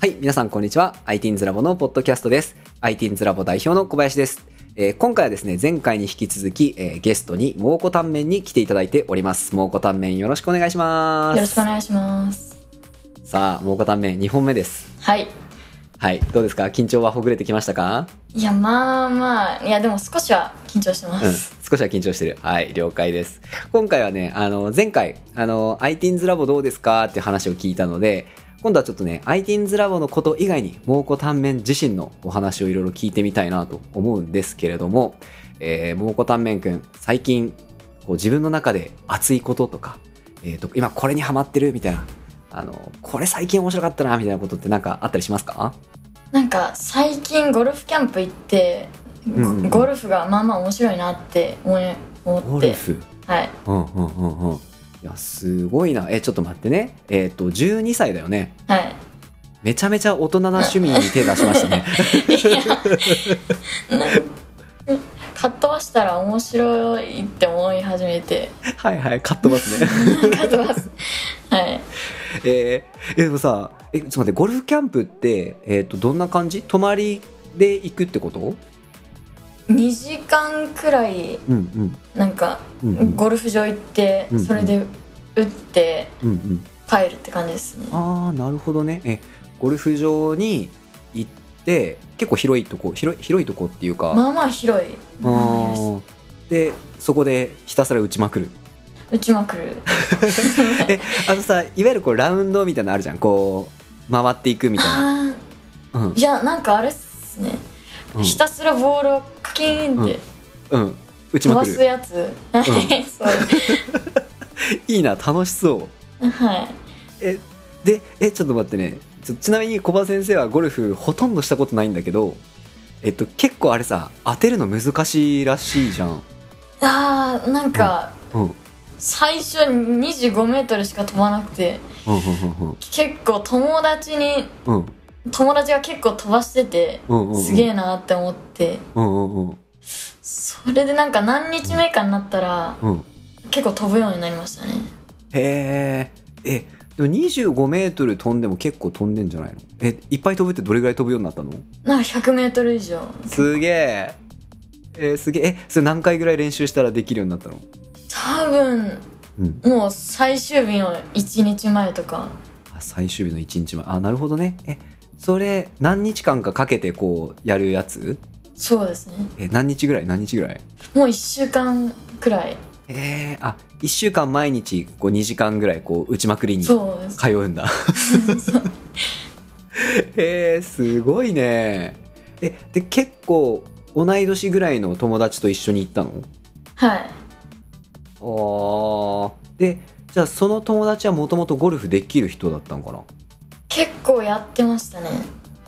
はい、皆さんこんにちは。IT's ラボのポッドキャストです。IT's ラボ代表の小林です。えー今回はですね、前回に引き続き、えーゲストに蒙古タンメンに来ていただいております。蒙古タンメンよろしくお願いします。よろしくお願いします。さあ、蒙古タンメン2本目です。はい。はい、どうですか緊張はほぐれてきましたかいや、まあまあ、いや、でも少しは緊張してまうん、す。少しは緊張してる。はい、了解です。今回はね、あの、前回、あの、IT's ラボどうですかっていう話を聞いたので、今度はちょっとね、IT's ラボのこと以外に、蒙古タンメン自身のお話をいろいろ聞いてみたいなと思うんですけれども、えー、蒙古タンメンくん、最近、こう自分の中で熱いこととか、えーと、今これにハマってるみたいな、あの、これ最近面白かったな、みたいなことってなんかあったりしますかなんか、最近ゴルフキャンプ行って、うんうんうんゴルフがまあまあ面白いなって思い思って、フ。はい。うんうんうんうん。いや、すごいな。え、ちょっと待ってね。えっ、と、12歳だよね。はい。めちゃめちゃ大人な趣味に手出しましたね。かっ飛ばしたら面白いって思い始め て、はいはい、カットバスね。 かっ飛ばす。はい。えーえ、でもさ、え、ちょっと待って、ゴルフキャンプって、えっ、と、どんな感じ泊まりで行くってこと2時間くらい、うんうん。なんか、うんうんゴルフ場行ってうんう、んそれで打ってうんうん。帰るって感じですね。ああ、なるほどね。え、ゴルフ場に行って、結構広いとこ、広い、広いとこっていうか、まあまあ広い。あーで、そこでひたすら打ちまくる。打ちまく る。えあのさいわゆるこうラウンドみたいなのあるじゃんこう回っていくみたいな、あうんーいやなんかあれっすね、うんひたすらボールをカキーンってうん、打ち飛まばくするやつ、はい そういいな楽しそうはいえでえちょっと待ってねちょちなみに小葉先生はゴルフほとんどしたことないんだけどえっと結構あれさ当てるの難しいらしいじゃんあーなんかうんうん最初2 5ルしか飛ばなくてうんうん結構友達にうんうん友達が結構飛ばしててうんうんうんすげえなって思ってうんうんうんそれでなんか何日目かになったらうん結構飛ぶようになりましたねへーえでも25メートル飛んでも結構飛んでんじゃないのえいっぱい飛ぶってどれぐらい飛ぶようになったのなんか 100m 以上すげえ。えーすげえ。え、それ何回ぐらい練習したらできるようになったの多分うん。もう最終日の1日前とかあ最終日の1日前。あ、なるほどね。え、それ何日間かかけてこうやるやつそうですねえ、何日ぐらい何日ぐらいもう1週間くらいえー、あ、1週間毎日こう2時間ぐらいこう打ちまくりに通そうですうんだ。えー、すごいね。え、で、結構同い年ぐらいの友達と一緒に行ったのはいああでじゃあその友達はもともとゴルフできる人だったのかな結構やってましたね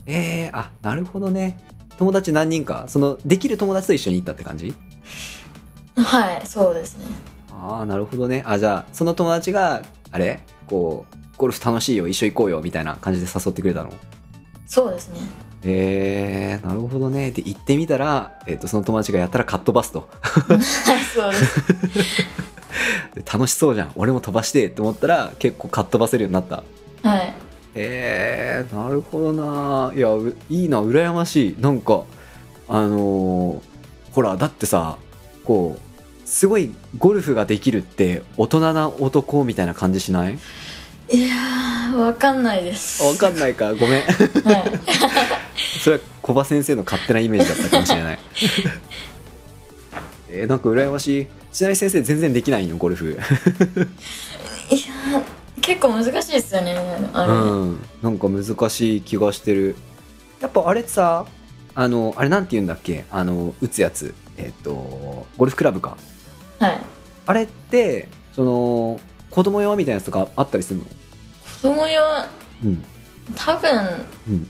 ええあなるほどね友達何人かそのできる友達と一緒に行ったって感じはいそうですねああなるほどねあじゃあその友達があれこうゴルフ楽しいよ一緒行こうよみたいな感じで誘ってくれたのそうですねええなるほどねで行ってみたら、えっとその友達がやったらカットバスとはいそうですで楽しそうじゃん俺も飛ばしてって思ったら結構カットバせるようになったはいえー、なるほどないやういいな羨ましいなんかあのーほらだってさこうすごいゴルフができるって大人な男みたいな感じしないいやーわかんないですわかんないかごめんはい それは小葉先生の勝手なイメージだったかもし れないえー、なんか羨ましいちなみに先生全然できないのゴルフいやー結構難しいですよねあれ、うんなんか難しい気がしてるやっぱあれさあのあれなんて言うんだっけあの打つやつえっ、とゴルフクラブかはいあれってその子供用みたいなやつとかあったりするの子供用うん多分うん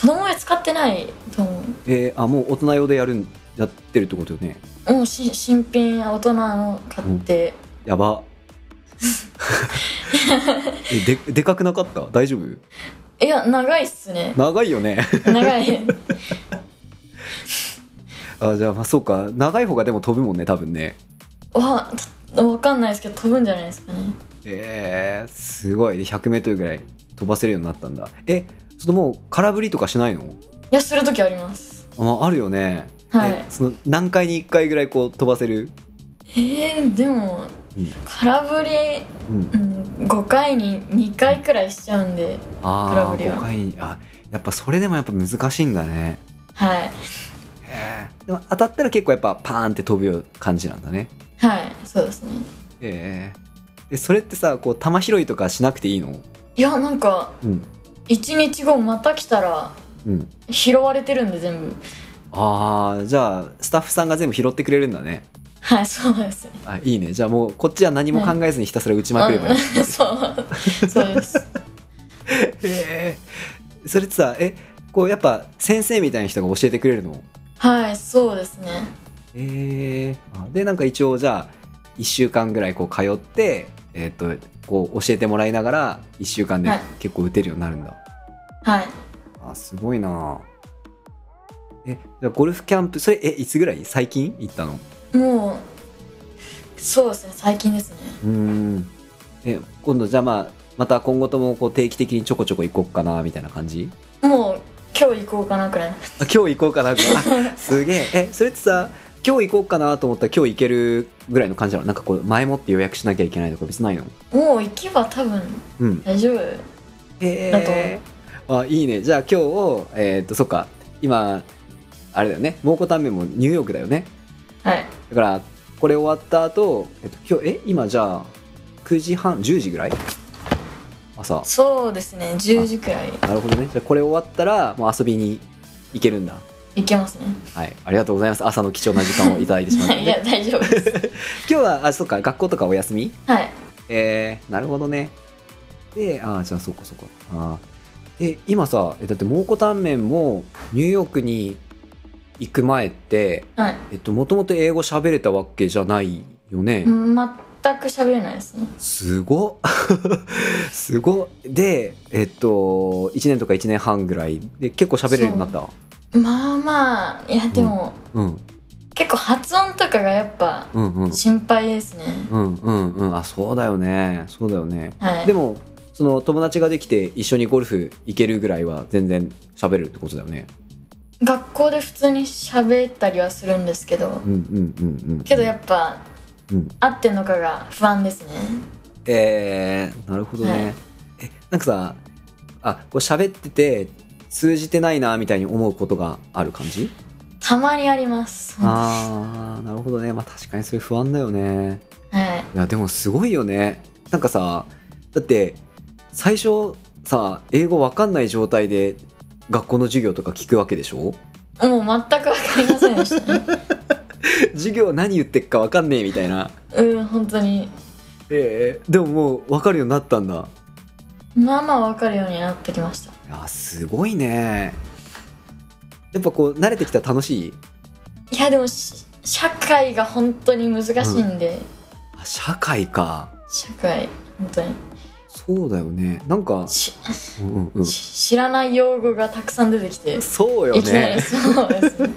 子供用使ってないと思えーあもう大人用でやるんやってるってことよねうもうし新品大人の買って、や ばえででかくなかった大丈夫いや長いっすね長いよね長い あじゃあまあそうか長い方がでも飛ぶもんね多分ねわわかんないですけど飛ぶんじゃないですかねえー、すごい1 0 0ルぐらい飛ばせるようになったんだえちょっともう空振りとかしないのやする時ありますああるよね、はいえその何回に1回ぐらいこう飛ばせる、えー、でもうん空振り、うん、うん、5回に2回くらいしちゃうんであ空振りーは5回にあやっぱそれでもやっぱ難しいんだねはいでも当たったら結構やっぱパーンって飛ぶような感じなんだねはいそうですねええでそれってさこう球拾いとかしなくていいのいやなんかうん1日後また来たらうん拾われてるんで全部ああじゃあスタッフさんが全部拾ってくれるんだねはいそうですねあいいねじゃあもうこっちは何も考えずにひたすら打ちまくればいい、うん そうそうですええそれってさえこうやっぱ先生みたいな人が教えてくれるのはいそうですねええあでなんか一応じゃあ1週間ぐらいこう通ってえっ、とこう教えてもらいながら1週間ではい結構打てるようになるんだ、はいあすごいなえじゃあゴルフキャンプそれえいつぐらい最近行ったのもうそうですね最近ですねうんえ今度じゃあまあまた今後ともこう定期的にちょこちょこ行こうかなみたいな感じもう今日行こうかなくらいあ今日行こうか なみたいなあすげええそれってさ今日行こうかなと思ったら今日行けるぐらいの感じなのなんかこう前もって予約しなきゃいけないとか別にないのもう行けば多分うん大丈夫えー、あいいねじゃあ今日をえーっとそっか今あれだよね蒙古タンメンもニューヨークだよねはいだからこれ終わった後、えっと、今日え今じゃあ9時半10時ぐらい朝そうですね10時くらいなるほどねじゃあこれ終わったらもう遊びに行けるんだ行けますねはいありがとうございます朝の貴重な時間をいただいてしまっ て、いや大丈夫です今日はあそっか学校とかお休みはいえー、なるほどねでああじゃあそっかそっかあーで今さえだって蒙古タンメンもニューヨークに行く前ってはいえっともともと英語喋れたわけじゃないよね、全く喋れないですねすごっ すごっでえっと1年とか1年半ぐらいで結構喋れるようになったまあまあいやでも、うん結構発音とかがやっぱうんうん心配ですねうんうんうんあそうだよねそうだよねはいでもその友達ができて一緒にゴルフ行けるぐらいは全然喋れるってことだよね学校で普通に喋ったりはするんですけどうんうんうんうんけどやっぱ、うん合ってんのかが不安ですねえー、なるほどね、はいえなんかさあこう喋ってて通じてないなみたいに思うことがある感じたまにありますはああなるほどねまあ確かにそれ不安だよねいいやでもすごいよねなんかさだって最初さ英語わかんない状態で学校の授業とか聞くわけでしょ もう全く分かりませんでした ね授業何言ってっかわかんねえみたいなうん本当にええでももうわかるようになったんだまあまあ分かるようになってきましたいやすごいねやっぱこう慣れてきたら楽しいいやでもし社会が本当に難しいんで、あ社会か社会本当にそうだよねなんか、しうんうんうん、し知らない用語がたくさん出てきて、そうよいきなりねそうですね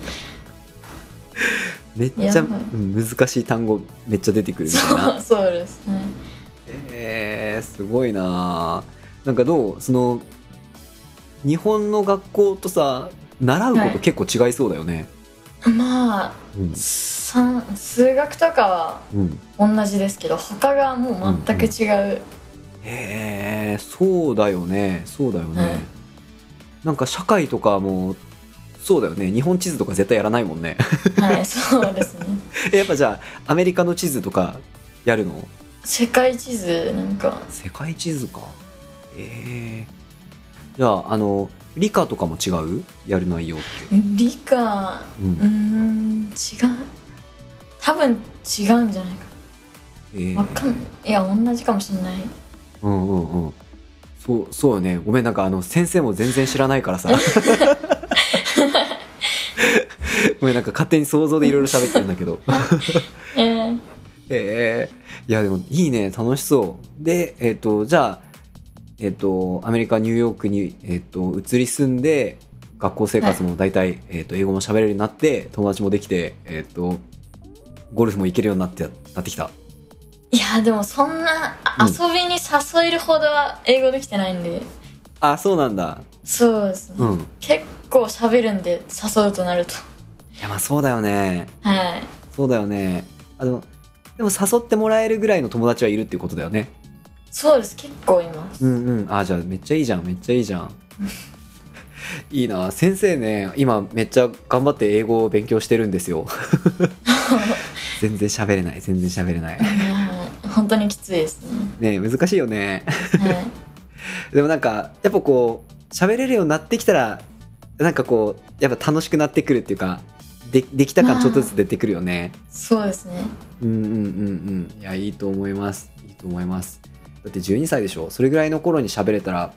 めっちゃやばいうん難しい単語めっちゃ出てくるみたいなそうそうですねえー、すごいなーなんかどうその日本の学校とさ習うこはとい結構違いそうだよね、まあうん算数学とかはうん同じですけど他がもう全く違う、えー、そうだよねそうだよね、はいなんか社会とかもそうだよね日本地図とか絶対やらないもんね はいそうですねえやっぱじゃあアメリカの地図とかやるの世界地図なんか世界地図かえー、じゃああの理科とかも違うやる内容って、理科うんうーん違う多分違うんじゃないえーかわかんいや同じかもしれないうんうんうん。そう、そうよね。ごめん、なんかあの、先生も全然知らない からさ。 ごめん、なんか勝手に想像でいろいろ喋ってるんだけど。えー、ええいや、でもいいね。楽しそう。で、えっ、と、じゃあ、えっ、と、アメリカ、ニューヨークに、えっ、と、移り住んで、学校生活も大体、えっ、と、英語も喋れるようになって、友達もできて、えっ、と、ゴルフも行けるようになって、なってきた。いやでもそんなあうん遊びに誘えるほどは英語できてないんで、あ、そうなんだ。そうですね、うん。い結構喋るんで誘うとなるとや、まあそうだよね。はいそうだよね。あの、でも誘ってもらえるぐらいの友達はいるっていうことだよね。そうです結構いますうんうん。あ、じゃあめっちゃいいじゃん、めっちゃいいじゃん。 いいな。先生ね、今めっちゃ頑張って英語を勉強してるん ですよ。全然喋れない、全然喋れない。はい本当にきついですねね難しいよね。 はいでもなんか、やっぱこう、喋れるようになってきたら、なんかこう、やっぱ楽しくなってくるっていうか、でできた感ちょっとずつ出てくるよね。そうですねうんうんうんうん。いや、いいと思います。いいと思います。だって12歳でしょそれぐらいの頃に喋れたら、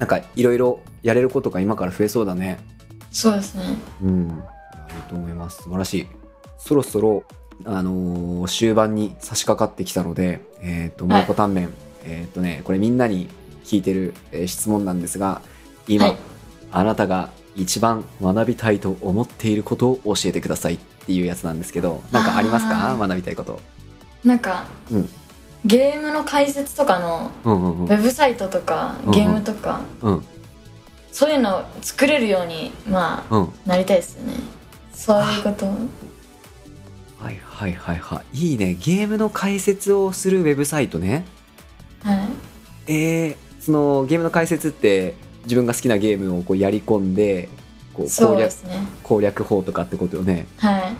なんかいろいろやれることが今から増えそうだね。そうですねうん。いやいいと思います。素晴らしい。そろそろ、あのー終盤に差し掛かってきたので、えっ、と、もはういこタンメン、えっ、とね、これみんなに聞いてる、えー質問なんですが、今、はいあなたが一番学びたいと思っていることを教えてくださいっていうやつなんですけど、なんかありますかあー学びたいこと。なんか、うんゲームの解説とかのうんうんウうん。ェブサイトとかうんうんゲームとか、うんそういうのを作れるようにまあうん、なりたいですよねそういうことはいはいはいはいいいねゲームの解説をするウェブサイトねはいえー、そのゲームの解説って自分が好きなゲームをこうやり込んでこうそ攻うで略すね攻略法とかってことよねはい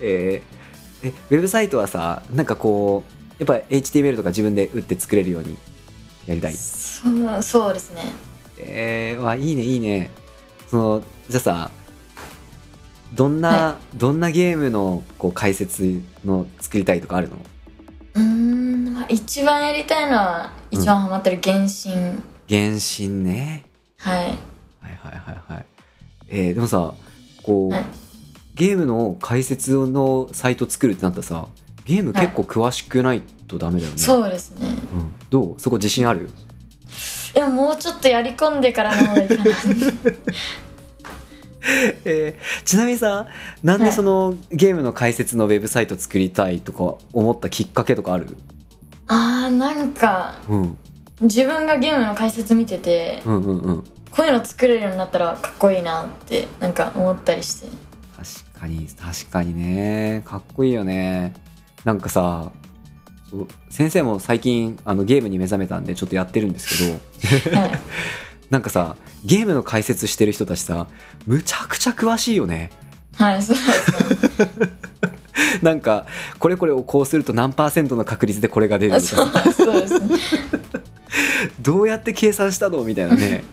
えーえウェブサイトはさなんかこうやっぱ HTML とか自分で打って作れるようにやりたいそうそうですねえー、わいいねいいねそのじゃあさどんな、はどんなゲームのこう解説の作りたいとかあるのうーんまあ一番やりたいのは一番ハマってる原神、原神ねはいはいはいはいはい。えーでもさ、こう、はいゲームの解説のサイト作るってなったらさ、ゲーム結構詳しくないとダメだよね。う。そうですねん、どうそこ自信あるでももうちょっとやり込んでからの方が いいかなえーちなみにさ、なんではいその、ゲームの解説のウェブサイト作りたいとか思ったきっかけとかあるあーなんかうん。自分がゲームの解説見ててうんうんうん。こういうの作れるようになったらかっこいいなってなんか思ったりして確かに、確かにね。かっこいいよね。なんかさ、そう先生も最近あのゲームに目覚めたんでちょっとやってるんですけど、はい なんかさ、ゲームの解説してる人たちさ、むちゃくちゃ詳しいよね。 はい、そうですね。なんか、これこれをこうすると何パーセントの確率でこれが出るみたいそな。うそうですね。どうやって計算したのみたい なね。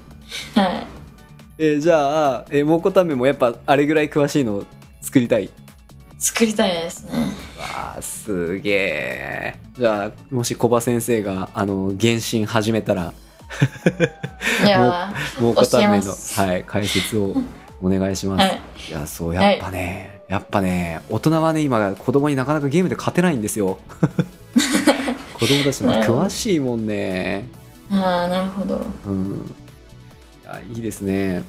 はい。えーじゃあ、えー、もうこためもやっぱあれぐらい詳しいの作りたい。作りたいですね。わあ、すげえ。じゃあ、もし小葉先生が、あの、原神始めたら、いやもうこため教えの、ますはい、解説をお願いしー、ます。はいい。や、そう、やっぱね、やっぱね、大人はね、今、子供になかなかゲームで勝てないんで すよ。子供たちもなるほど詳しいもんね。ああ、なるほど。うん。いや、いいですね。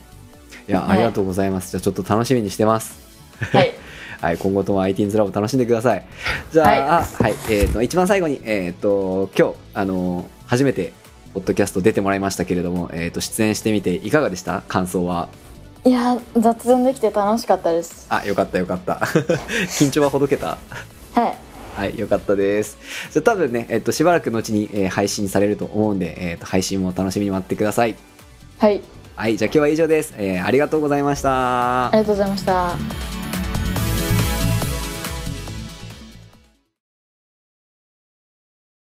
いや、はいありがとうございます。じゃあ、ちょっと楽しみにしてます。はい。はい、今後とも IT ズラボ楽しんでください。じゃあ、はい、えっ、と、一番最後に、えっ、と、今日、あの、初めて、ポッドキャスト出てもらいましたけれども、えっ、と、出演してみていかがでした感想は。 いやー、雑談できて楽しかったです。あ、よかったよかった。 緊張はほどけたはい。はい、よかったです。じゃあ多分ね、えっと、しばらくのうちに、えー配信されると思うんで、えっと、配信も楽しみに待ってください。はい。はい、じゃあ今日は以上です。えーありがとうございましたあり。がとうございました。バイ